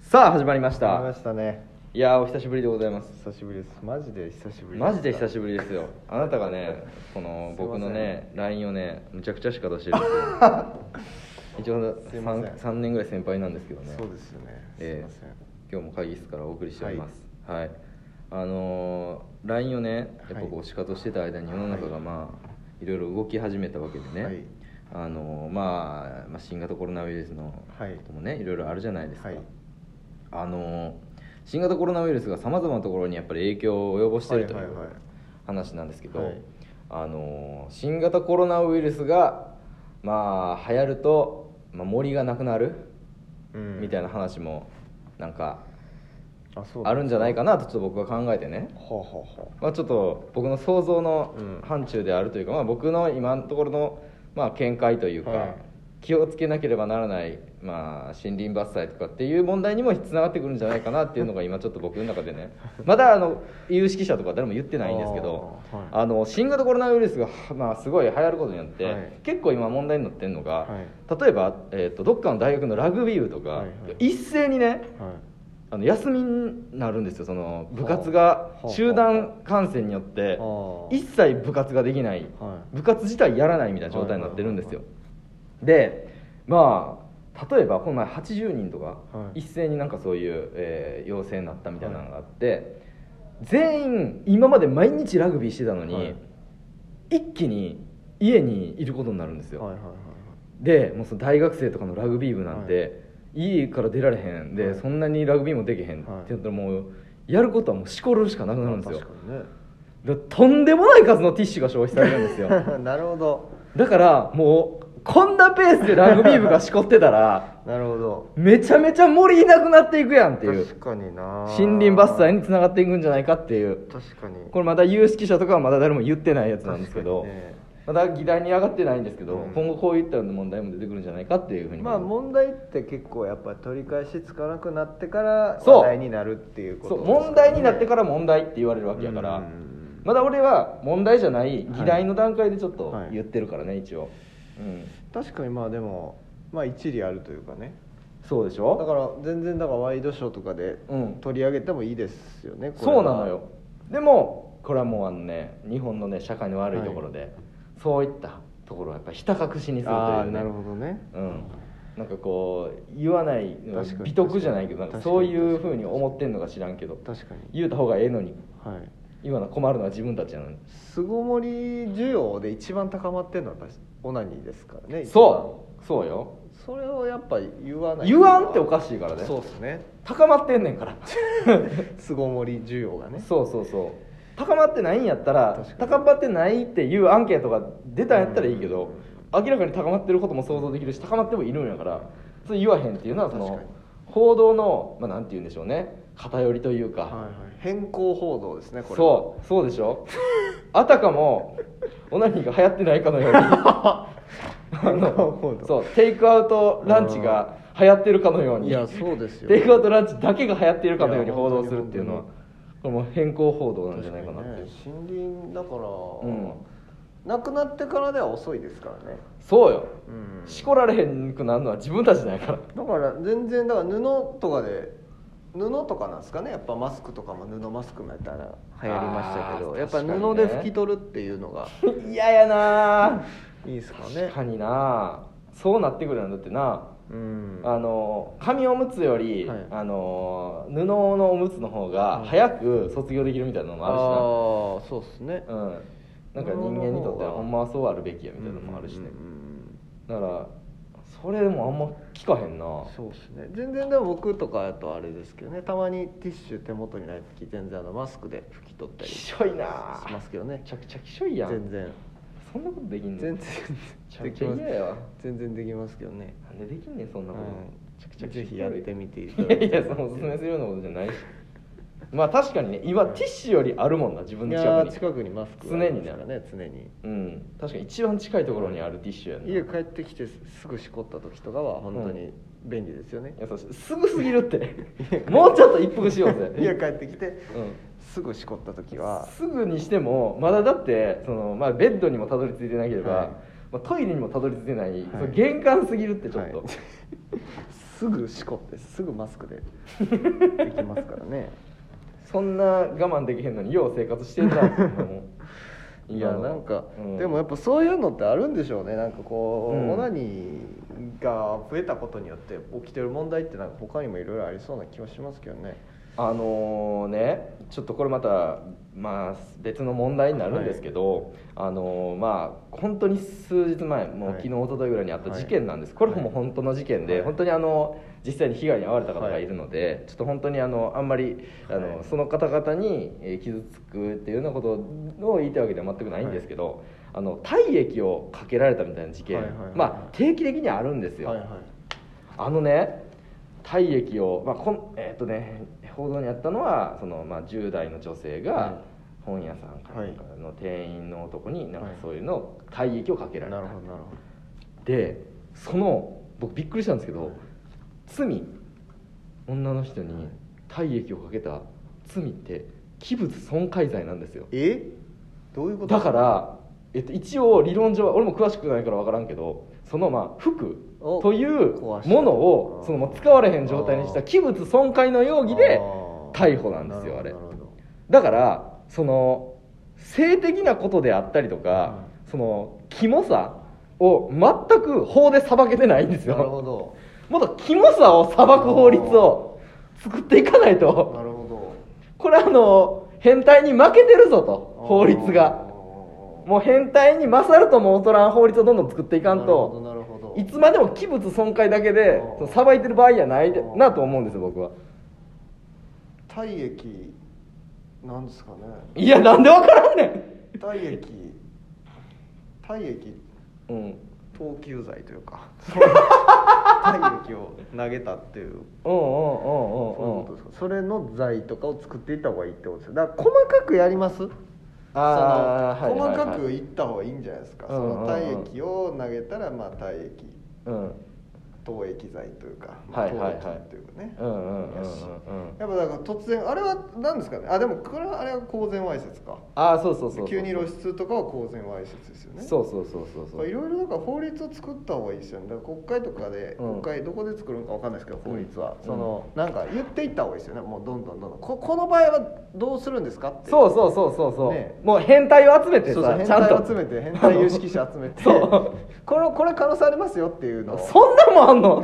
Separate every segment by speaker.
Speaker 1: さあ始まりまし
Speaker 2: ありま
Speaker 1: た
Speaker 2: したね
Speaker 1: いやーお久しぶりでございます
Speaker 2: 久しぶりですマジで久しぶり
Speaker 1: マジで久
Speaker 2: ぶ
Speaker 1: しぶりですよあなたがねこの
Speaker 2: すいません
Speaker 1: 僕のね LINE をねむちゃくちゃ仕方してるん ですよ
Speaker 2: すい
Speaker 1: 一応
Speaker 2: ません
Speaker 1: 3, 三年ぐらい先輩なんですけどね
Speaker 2: そうですよね、
Speaker 1: え
Speaker 2: すいま
Speaker 1: ー今日も会議室からお送りしておりますはい、あのー LINE をねやっぱこ
Speaker 2: は
Speaker 1: う
Speaker 2: い
Speaker 1: 仕方してた間に世の中がまあ、い、ろいろ動き始めたわけでね、
Speaker 2: はい
Speaker 1: あのーまあ、まあ新型コロナウイルスのこ
Speaker 2: はい
Speaker 1: ともね、い、ろいろあるじゃないですか、
Speaker 2: はい
Speaker 1: あのー新型コロナウイルスがさまざまなところにやっぱり影響を及ぼしているとい
Speaker 2: はいは
Speaker 1: う
Speaker 2: いはい
Speaker 1: 話なんですけど、
Speaker 2: はい
Speaker 1: あのー新型コロナウイルスがまあ流行ると、まあ、森がなくなる
Speaker 2: せんうん
Speaker 1: みたいな話もなんか
Speaker 2: あそう
Speaker 1: あるんじゃないか
Speaker 2: な
Speaker 1: なとちょっと僕は考えてね、
Speaker 2: ほうほうほ
Speaker 1: まあ、ちょっと僕の想像の
Speaker 2: うん
Speaker 1: 範疇であるというか、まあ、僕の今のところの、まあ、見解というか、
Speaker 2: はい
Speaker 1: 気をつけなければならない、まあ、森林伐採とかっていう問題にもつながってくるんじゃないかなっていうの が今ちょっと僕の中でねまだあの有識者とか誰も言ってないんですけど
Speaker 2: あーはい
Speaker 1: あ、の新型コロナウイルスが、まあ、すごい流行ることによって、
Speaker 2: はい
Speaker 1: 結構今問題になってるのが、
Speaker 2: は
Speaker 1: 例えば、えー、とどっかの大学のラグビー部とか、
Speaker 2: はいはい
Speaker 1: 一斉にね
Speaker 2: は
Speaker 1: あの休みになるんですよその部活が
Speaker 2: はあ
Speaker 1: 集団感染によって
Speaker 2: はあ
Speaker 1: 一切部活ができない
Speaker 2: は
Speaker 1: 部活自体やらないみたいな状態になってるんですよ
Speaker 2: は
Speaker 1: でまあ例えばこの前80人とか
Speaker 2: はい
Speaker 1: 一斉になんかそういう、えー陽性になったみたいなのがあって全員今まで毎日ラグビーしてたのに、
Speaker 2: はい
Speaker 1: 一気に家にいることになるんです
Speaker 2: い
Speaker 1: よ、
Speaker 2: はいはいはい
Speaker 1: でもうその大学生とかのラグビー部なん
Speaker 2: は
Speaker 1: て、家から出られへんで、
Speaker 2: はい
Speaker 1: そんなにラグビーもできへんって
Speaker 2: はい
Speaker 1: なったらもうやることはもうしこるしかなくなるんですよ
Speaker 2: 確かにね
Speaker 1: だからとんでもない数のティッシュが消費されるんです よ
Speaker 2: なるほど
Speaker 1: だからもうこんなペースでラグビー部がしこってたら
Speaker 2: なるほど
Speaker 1: めちゃめちゃ森いなくなっていくやんっていう
Speaker 2: 確かにな
Speaker 1: 森林伐採につながっていくんじゃないかっていう
Speaker 2: 確かに
Speaker 1: これまだ有識者とかはまだ誰も言ってないやつなんですけど、
Speaker 2: 確かにね
Speaker 1: まだ議題に上がってないんですけど、
Speaker 2: うん
Speaker 1: 今後こういったような問題も出てくるんじゃないかっていうふうに
Speaker 2: まあ問題って結構やっぱ取り返しつかなくなってから
Speaker 1: そう
Speaker 2: 話題になるっていうこ
Speaker 1: そ
Speaker 2: と
Speaker 1: う
Speaker 2: ですかね
Speaker 1: 問題になってから問題って言われるわけやから、
Speaker 2: うんうんうん
Speaker 1: まだ俺は問題じゃない議題の段階でちょっと
Speaker 2: はい
Speaker 1: 言ってるからね一応、うん、
Speaker 2: 確かにまあでもまあ一理あるというかね
Speaker 1: そうでし
Speaker 2: だ
Speaker 1: ょ
Speaker 2: から全然だからワイドショーとかで
Speaker 1: うん
Speaker 2: 取り上げてもいいですよね、これ
Speaker 1: そ
Speaker 2: は
Speaker 1: うなのよでもこれはもうあのね日本のね社会の悪いところで、そういったところをやっぱひた隠しにすると
Speaker 2: あ
Speaker 1: い
Speaker 2: あ
Speaker 1: うね
Speaker 2: なるほどね
Speaker 1: うんなんかこう言わない
Speaker 2: 確かに
Speaker 1: 美徳じゃないけどなんか
Speaker 2: 確かに
Speaker 1: そういうふうに思ってんのか知らんけど
Speaker 2: 確かに
Speaker 1: 言うた方がええのに
Speaker 2: はい
Speaker 1: 今の困るのは自分たちなのに
Speaker 2: 巣ごもり需要で一番高まってるのは確かオナニーですからね
Speaker 1: そうそうよ
Speaker 2: うそれをやっぱ言わない
Speaker 1: 言わんっておかしいからね
Speaker 2: そうですね
Speaker 1: 高まってんねんから
Speaker 2: 巣ごもり需要がね
Speaker 1: そうそうそう高まってないんやったら
Speaker 2: 確かに
Speaker 1: 高まってないっていうアンケートが出たんやったらいいけど
Speaker 2: うん
Speaker 1: 明らかに高まってることも想像できるし高まってもいるんやからそれ言わへんっていうのはその
Speaker 2: 確かに
Speaker 1: 報道の、まあ、なんて言うんでしょうね偏りというか、
Speaker 2: はいはい変更報道ですねこれは
Speaker 1: そうそうでしょ あたかもオナニーが流行ってないかのようにあ
Speaker 2: 変更報
Speaker 1: の
Speaker 2: 道
Speaker 1: そうテイクアウトランチが流行ってるかのように
Speaker 2: いやそ うですよ
Speaker 1: テイクアウトランチだけが流行っているかのように
Speaker 2: いや
Speaker 1: 報道するっていうのは
Speaker 2: 本
Speaker 1: これもう変更報道なんじゃ
Speaker 2: 確か
Speaker 1: ないかなっていう、
Speaker 2: にね、森林だから、
Speaker 1: ん
Speaker 2: なくなってからでは遅いですからね、
Speaker 1: そうよ
Speaker 2: うん、
Speaker 1: しこられへんくなるのは自分たちだから
Speaker 2: だから全然だから布とかで布とかなんですかねやっぱマスクとかも布マスクみたいな流行りましたけ
Speaker 1: あ
Speaker 2: ど
Speaker 1: ー
Speaker 2: やっぱ
Speaker 1: 確かに
Speaker 2: 布
Speaker 1: ね
Speaker 2: で拭き取るっていうのが
Speaker 1: 嫌やない
Speaker 2: いですか
Speaker 1: 確
Speaker 2: ね
Speaker 1: かになそうなってくるんだってな
Speaker 2: うん
Speaker 1: あの紙おむつより、
Speaker 2: はい
Speaker 1: あの布のおむつの方が
Speaker 2: はい
Speaker 1: 早く卒業できるみたいなの
Speaker 2: あ
Speaker 1: も
Speaker 2: あ
Speaker 1: あ
Speaker 2: ーそうですね
Speaker 1: るしな、うん、なんか人間にとってはほんまはそうあるべきやみたいなのもあるしね、
Speaker 2: うん
Speaker 1: だ
Speaker 2: うん
Speaker 1: からそれもあんま聞かへんな
Speaker 2: うんそうですね全然でも僕とかだとあれですけどねたまにティッシュ手元にない時全然あのマスクで拭き取ったり
Speaker 1: き
Speaker 2: し
Speaker 1: しょいな
Speaker 2: ますけどね
Speaker 1: めちゃくちゃきしょいやん
Speaker 2: 全然
Speaker 1: そんなことできんねん
Speaker 2: 全然
Speaker 1: ちゃくちゃ嫌やわ
Speaker 2: 全然できますけどね
Speaker 1: なんでできんねんそんなこと、めちゃくちゃ
Speaker 2: ぜひやってみていた
Speaker 1: い
Speaker 2: だ
Speaker 1: や
Speaker 2: きたい
Speaker 1: いやそのおすすめするようなことじゃないしまあ確かにね今ティッシュよりあるもんな自分
Speaker 2: い
Speaker 1: の近く
Speaker 2: やー
Speaker 1: に
Speaker 2: 近くにマスクがありますからね常に
Speaker 1: うん確かに一番近いところにあるティッシュやな、
Speaker 2: 家帰ってきてすぐしこった時とかは本当に便利ですよね
Speaker 1: い、やそうすぐすぎるってもうちょっと一服しようぜ
Speaker 2: 家帰ってきて
Speaker 1: うん
Speaker 2: すぐしこった時は
Speaker 1: すぐにしてもまだだってその、まあ、ベッドにもたどり着いてなければ、
Speaker 2: はい
Speaker 1: まあ、トイレにもたどり着いてない、
Speaker 2: はい
Speaker 1: その玄関すぎるってちょっと、
Speaker 2: はいすぐしこってすぐマスクでできますからね
Speaker 1: そんな我慢できへんのによう生活してんなもう
Speaker 2: いやなんか、
Speaker 1: うん
Speaker 2: でもやっぱそういうのってあるんでしょうねなんかこう、
Speaker 1: うん
Speaker 2: オナニーが増えたことによって起きてる問題ってなんか他にもいろいろありそうな気はしますけどね
Speaker 1: あのねちょっとこれまた、まあ、別の問題になるんですけど、あのまあ本当に数日前もう
Speaker 2: はい
Speaker 1: 昨日一昨日ぐらいにあった事件なんです、
Speaker 2: はい
Speaker 1: これも本当の事件で、
Speaker 2: はい
Speaker 1: 本当にあの実際に被害に遭われた方がいるので、ちょっと本当にあのあんまりあの、
Speaker 2: はい
Speaker 1: その方々にえー傷つくっていうようなことを言いたいわけでは全くないんですけど、あの体液をかけられたみたいな事件、
Speaker 2: はいはいはいはい
Speaker 1: まあ定期的にあるんですよ。
Speaker 2: はいはい
Speaker 1: あのね体液を、まあこんえーっとね、報道にあったのはその、まあ、10代の女性
Speaker 2: はい
Speaker 1: が本屋さんかなんかの店員の男になんか
Speaker 2: はい
Speaker 1: そういうのを体液をかけられた、
Speaker 2: なるほどなるほ
Speaker 1: でその僕びっくりしたんですけど、
Speaker 2: はい
Speaker 1: 罪女の人
Speaker 2: はい
Speaker 1: に体液をかけた罪って器物損壊罪なんですよ
Speaker 2: どえどういうこと
Speaker 1: だから、えっと、一応理論上は俺も詳しくないから分からんけどそのまあ服
Speaker 2: お
Speaker 1: という
Speaker 2: 壊
Speaker 1: も
Speaker 2: した
Speaker 1: のを
Speaker 2: あー
Speaker 1: そのもう使われへん状態にし
Speaker 2: あ
Speaker 1: た
Speaker 2: ー
Speaker 1: 器物損壊の容疑で
Speaker 2: あー
Speaker 1: 逮捕なんですよあれ
Speaker 2: なるほど
Speaker 1: だからその性的なことであったりとか、そのキモさを全く法で裁けてないんです
Speaker 2: なるほ
Speaker 1: よ
Speaker 2: ど
Speaker 1: もっとキモさを裁く法律を作っていかないと
Speaker 2: なるほ
Speaker 1: これあの変態に負けてるぞと
Speaker 2: ど
Speaker 1: 法律が。
Speaker 2: も
Speaker 1: もう変態に勝るとも劣らん法律をどんどん作っていかんと
Speaker 2: なるほどなるほど
Speaker 1: いつまでも器物損壊だけで
Speaker 2: うん
Speaker 1: そのさばいてる場合やないで
Speaker 2: うん
Speaker 1: なと思うんですよ僕は
Speaker 2: 体液なんですかね
Speaker 1: いやなんでわからんね
Speaker 2: 体液体液
Speaker 1: んうん
Speaker 2: 投球罪というか体液を投げたっていう
Speaker 1: うんうん
Speaker 2: そ
Speaker 1: う
Speaker 2: ういう
Speaker 1: んうんう
Speaker 2: こと
Speaker 1: ん
Speaker 2: ですかそれの罪とかを作っていった方がいいってことですよだから細かくやります
Speaker 1: あーは
Speaker 2: その
Speaker 1: いはいはい
Speaker 2: 細かくいった方がいいんじゃないですか、
Speaker 1: うんうんうん
Speaker 2: その体液を投げたらまあ体液
Speaker 1: うん
Speaker 2: 投液罪というか、
Speaker 1: は
Speaker 2: まあ、
Speaker 1: い
Speaker 2: 投
Speaker 1: はいはい
Speaker 2: 液というかね、
Speaker 1: うんうんうんうん
Speaker 2: やし
Speaker 1: うん
Speaker 2: やっぱだから突然あれは何ですかねあでもこれはあれは公然わいせつか
Speaker 1: ああそうそうそうそう
Speaker 2: 急に露出とかは公然わいせつですよね
Speaker 1: そうそうそうそうそ
Speaker 2: まあいうろいろだから法律を作った方がいいですよねだから国会とかで、
Speaker 1: うん
Speaker 2: 国会どこで作るのかわかんないですけど法律は、
Speaker 1: うん
Speaker 2: そのなんか言っていった方がいいですよねもうどんどんどんどんここの場合はどうするんですかって
Speaker 1: そうそうそうそうそう、
Speaker 2: ね
Speaker 1: もう変態を集めて
Speaker 2: そう
Speaker 1: さ
Speaker 2: そう変
Speaker 1: ちゃん
Speaker 2: 態
Speaker 1: と
Speaker 2: を集めて変態有識者集めて
Speaker 1: そう
Speaker 2: これこれ可能性ありますよっていうのを
Speaker 1: そんな もんあん の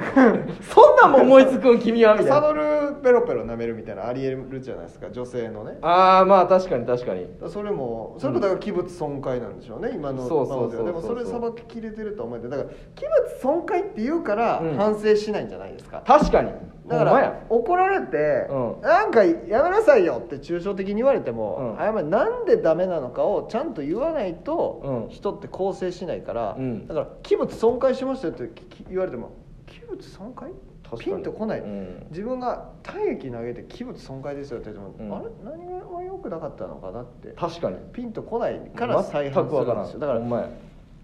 Speaker 1: そんなもん思いつくん君はみたい
Speaker 2: サ
Speaker 1: な
Speaker 2: ドルペロペロ舐めるみたいなのありえるじゃないですか女性のねだか
Speaker 1: ああまあ確かに確かに
Speaker 2: らそれもそれもだから器物損壊なんでしょうね、今の
Speaker 1: そうそうそうそう
Speaker 2: 今まではでもそれさばききれてると思うんでだから器物損壊って言うから
Speaker 1: うん
Speaker 2: 反省しないんじゃないですか、
Speaker 1: 確かに
Speaker 2: だか
Speaker 1: ほんまや
Speaker 2: ら怒られて、
Speaker 1: うん
Speaker 2: なんかやめなさいよって抽象的に言われて
Speaker 1: う
Speaker 2: も、
Speaker 1: ん
Speaker 2: 謝るなんでダメなのかをちゃんと言わないと、
Speaker 1: うん
Speaker 2: 人って構成しないから、
Speaker 1: うん
Speaker 2: だから器物損壊しましたよってき言われても器物損壊
Speaker 1: 確かに
Speaker 2: ピンとこない、
Speaker 1: うん
Speaker 2: 自分が体液投げて器物損壊ですよって言っても、
Speaker 1: うん
Speaker 2: あれ何が良くなかったのかなって
Speaker 1: 確かに
Speaker 2: ピンとこないから再
Speaker 1: 全
Speaker 2: 犯
Speaker 1: く
Speaker 2: する
Speaker 1: わ
Speaker 2: ん
Speaker 1: から
Speaker 2: で
Speaker 1: ん
Speaker 2: すよだから
Speaker 1: ほんまや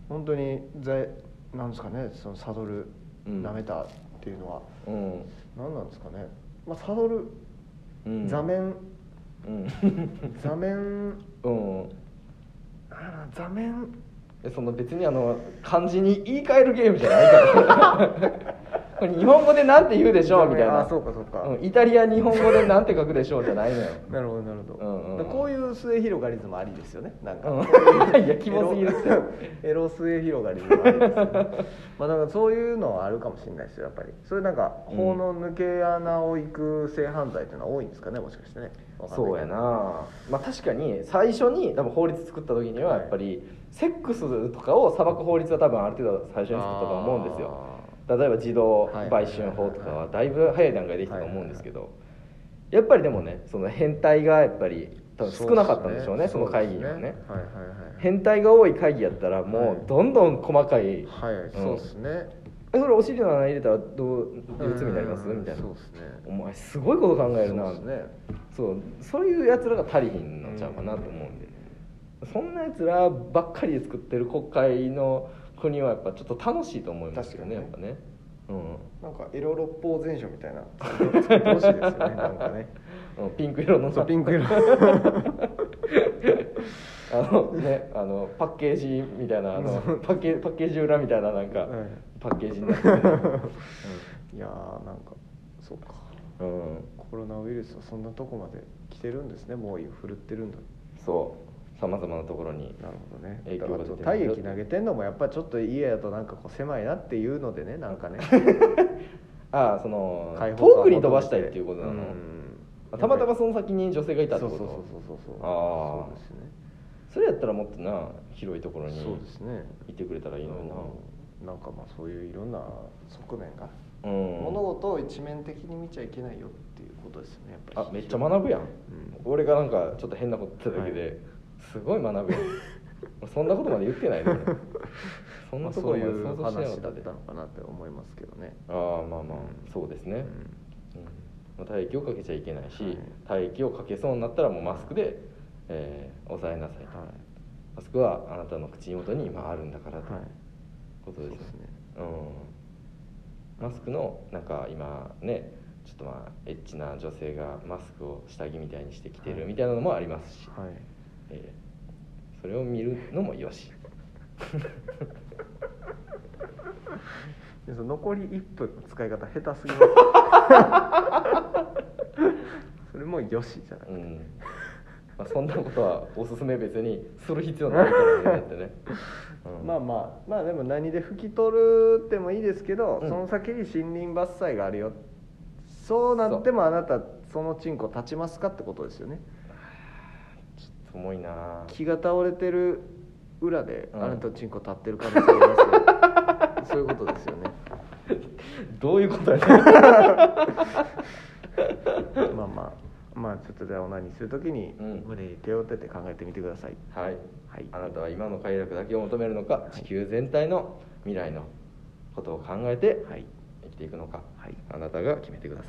Speaker 2: 本当に罪なんですかねそのサドル
Speaker 1: うん
Speaker 2: 舐めたっていうのは、
Speaker 1: うん
Speaker 2: 何なんですかね、まあ、サドル、
Speaker 1: うん
Speaker 2: 座面
Speaker 1: うん
Speaker 2: 座面
Speaker 1: うん
Speaker 2: あら座面
Speaker 1: えその別にあの漢字に言い換えるゲームじゃないから これ日本語でなんて言うでしょうみたいな
Speaker 2: あそうかそうか
Speaker 1: んイタリア日本語でなんて書くでしょうじ ゃないのよ
Speaker 2: なるほどなるほど、
Speaker 1: うんうん
Speaker 2: だからこういう末広がり図もありですよねなんか、
Speaker 1: うん
Speaker 2: こうう
Speaker 1: いやキモすぎるって
Speaker 2: エロエロ末広がり図もありですよねまあなんかそういうのはあるかもしれないですよやっぱりそういうなんか
Speaker 1: うん
Speaker 2: 法の抜け穴を行く性犯罪っていうのは多いんですかねもしかしてねわかんいけど
Speaker 1: そうやなまあ確かに最初に多分法律作った時にはやっぱりセックスとかを裁く法律は多分ある程度最初に作ったとは思うんですよ例えば児童売春法とかはだいぶ早い段階できたと思うんですけどやっぱりでもねその変態がやっぱり多分少なかったんでしょうねその会議にはね
Speaker 2: はいはい
Speaker 1: 変態が多い会議やったら
Speaker 2: は
Speaker 1: も
Speaker 2: いう
Speaker 1: どんどん細かい、え
Speaker 2: はいはいそうですね、
Speaker 1: それお尻の穴入れたらどういう罪になります
Speaker 2: うん
Speaker 1: みたいな
Speaker 2: そうですね
Speaker 1: お前すごいこと考えるな
Speaker 2: そうですね
Speaker 1: そうそういうやつらが足りひんのちゃうかなと思うんで、そんなやつらばっかりで作ってる国会の国はやっぱちょっと楽しいと思いますよねやっ
Speaker 2: 確
Speaker 1: ぱ
Speaker 2: か
Speaker 1: ねうん
Speaker 2: なんかエロ六法全書みたいな 作ってほしいですよねなんかね
Speaker 1: うんピンク色の
Speaker 2: そ
Speaker 1: さ
Speaker 2: うピンク色
Speaker 1: あのねあのパッケージみたいなあのパッケパッケージ裏みたいななんか、
Speaker 2: はい
Speaker 1: パッケージになってて、うん
Speaker 2: いやーなんかそうか
Speaker 1: うん
Speaker 2: コロナウイルスはそんなとこまで来てるんですね猛威を振るってるんだ
Speaker 1: そうさまざまなところに
Speaker 2: なるほどね
Speaker 1: 影響が
Speaker 2: だか
Speaker 1: 出て
Speaker 2: ら
Speaker 1: る
Speaker 2: ちょっと体液投げてんのもやっぱちょっと家やとなんかこう狭いなっていうのでねなんかね
Speaker 1: ああその
Speaker 2: 開放感
Speaker 1: 遠くに飛ばしたいっていうことなの、
Speaker 2: ん
Speaker 1: あたまたまその先に女性がいたって
Speaker 2: そ
Speaker 1: こ
Speaker 2: う
Speaker 1: と
Speaker 2: そうそうそうそう
Speaker 1: あー
Speaker 2: そうですね
Speaker 1: それやったらもっとな広いところに
Speaker 2: そうですね
Speaker 1: いてくれたらいいのにな
Speaker 2: うんなんかまあそういういろんな側面が、
Speaker 1: うん
Speaker 2: 物事を一面的に見ちゃいけないよっていうことですよねやっぱり
Speaker 1: あめっちゃ学ぶやん、
Speaker 2: ん
Speaker 1: 俺がなんかちょっと変なこと言っただけで、すごい学ぶ やん俺そんなことまで言ってないで俺そん
Speaker 2: ま
Speaker 1: な
Speaker 2: あ
Speaker 1: と
Speaker 2: そ
Speaker 1: ころま
Speaker 2: うい
Speaker 1: で
Speaker 2: う
Speaker 1: 想像してなかっ
Speaker 2: 話だ
Speaker 1: た
Speaker 2: っ
Speaker 1: で
Speaker 2: たのかなって思いますけどね
Speaker 1: ああまあまあ、
Speaker 2: うん
Speaker 1: そうですね、う
Speaker 2: う
Speaker 1: ん
Speaker 2: ん
Speaker 1: まあ体液をかけちゃいけないし、
Speaker 2: はい
Speaker 1: 体液をかけそうになったらもうマスクで、えー抑えなさいと、
Speaker 2: は
Speaker 1: マスクはあなたの口元に今あるんだから
Speaker 2: い
Speaker 1: とい
Speaker 2: はいう
Speaker 1: ことですね,、
Speaker 2: そうですね
Speaker 1: うん、マスクのなんか今ねちょっとまあエッチな女性がマスクを下着みたいにしてきて
Speaker 2: は
Speaker 1: る
Speaker 2: い
Speaker 1: みたいなのもありますし、
Speaker 2: はい
Speaker 1: えーそれを見るのもよし
Speaker 2: でその残り1分の使い方下手すぎます それもよしじゃない、
Speaker 1: うんまあ、そんなことはおすすめ別にする必要ないからねだってね、うん
Speaker 2: まあまあまあでも何で拭き取るってもいいですけど、
Speaker 1: うん
Speaker 2: その先に森林伐採があるよそうなってもあなたそのチンコ立ちますかってことですよね
Speaker 1: ちょっと重いな
Speaker 2: 木が倒れてる裏で
Speaker 1: うん
Speaker 2: あなたのチンコ立ってる可能性ありますよ そういうことですよね
Speaker 1: どういうことやね
Speaker 2: まあまあまあちょっとじゃあオナニーするときに
Speaker 1: うん
Speaker 2: 胸に手を当てて考えてみてください、
Speaker 1: はい
Speaker 2: はい
Speaker 1: あなたは今の快楽だけを求めるのか地球全体の未来のことを考えて
Speaker 2: はい
Speaker 1: 生きていくのか
Speaker 2: はい
Speaker 1: あなたが決めてください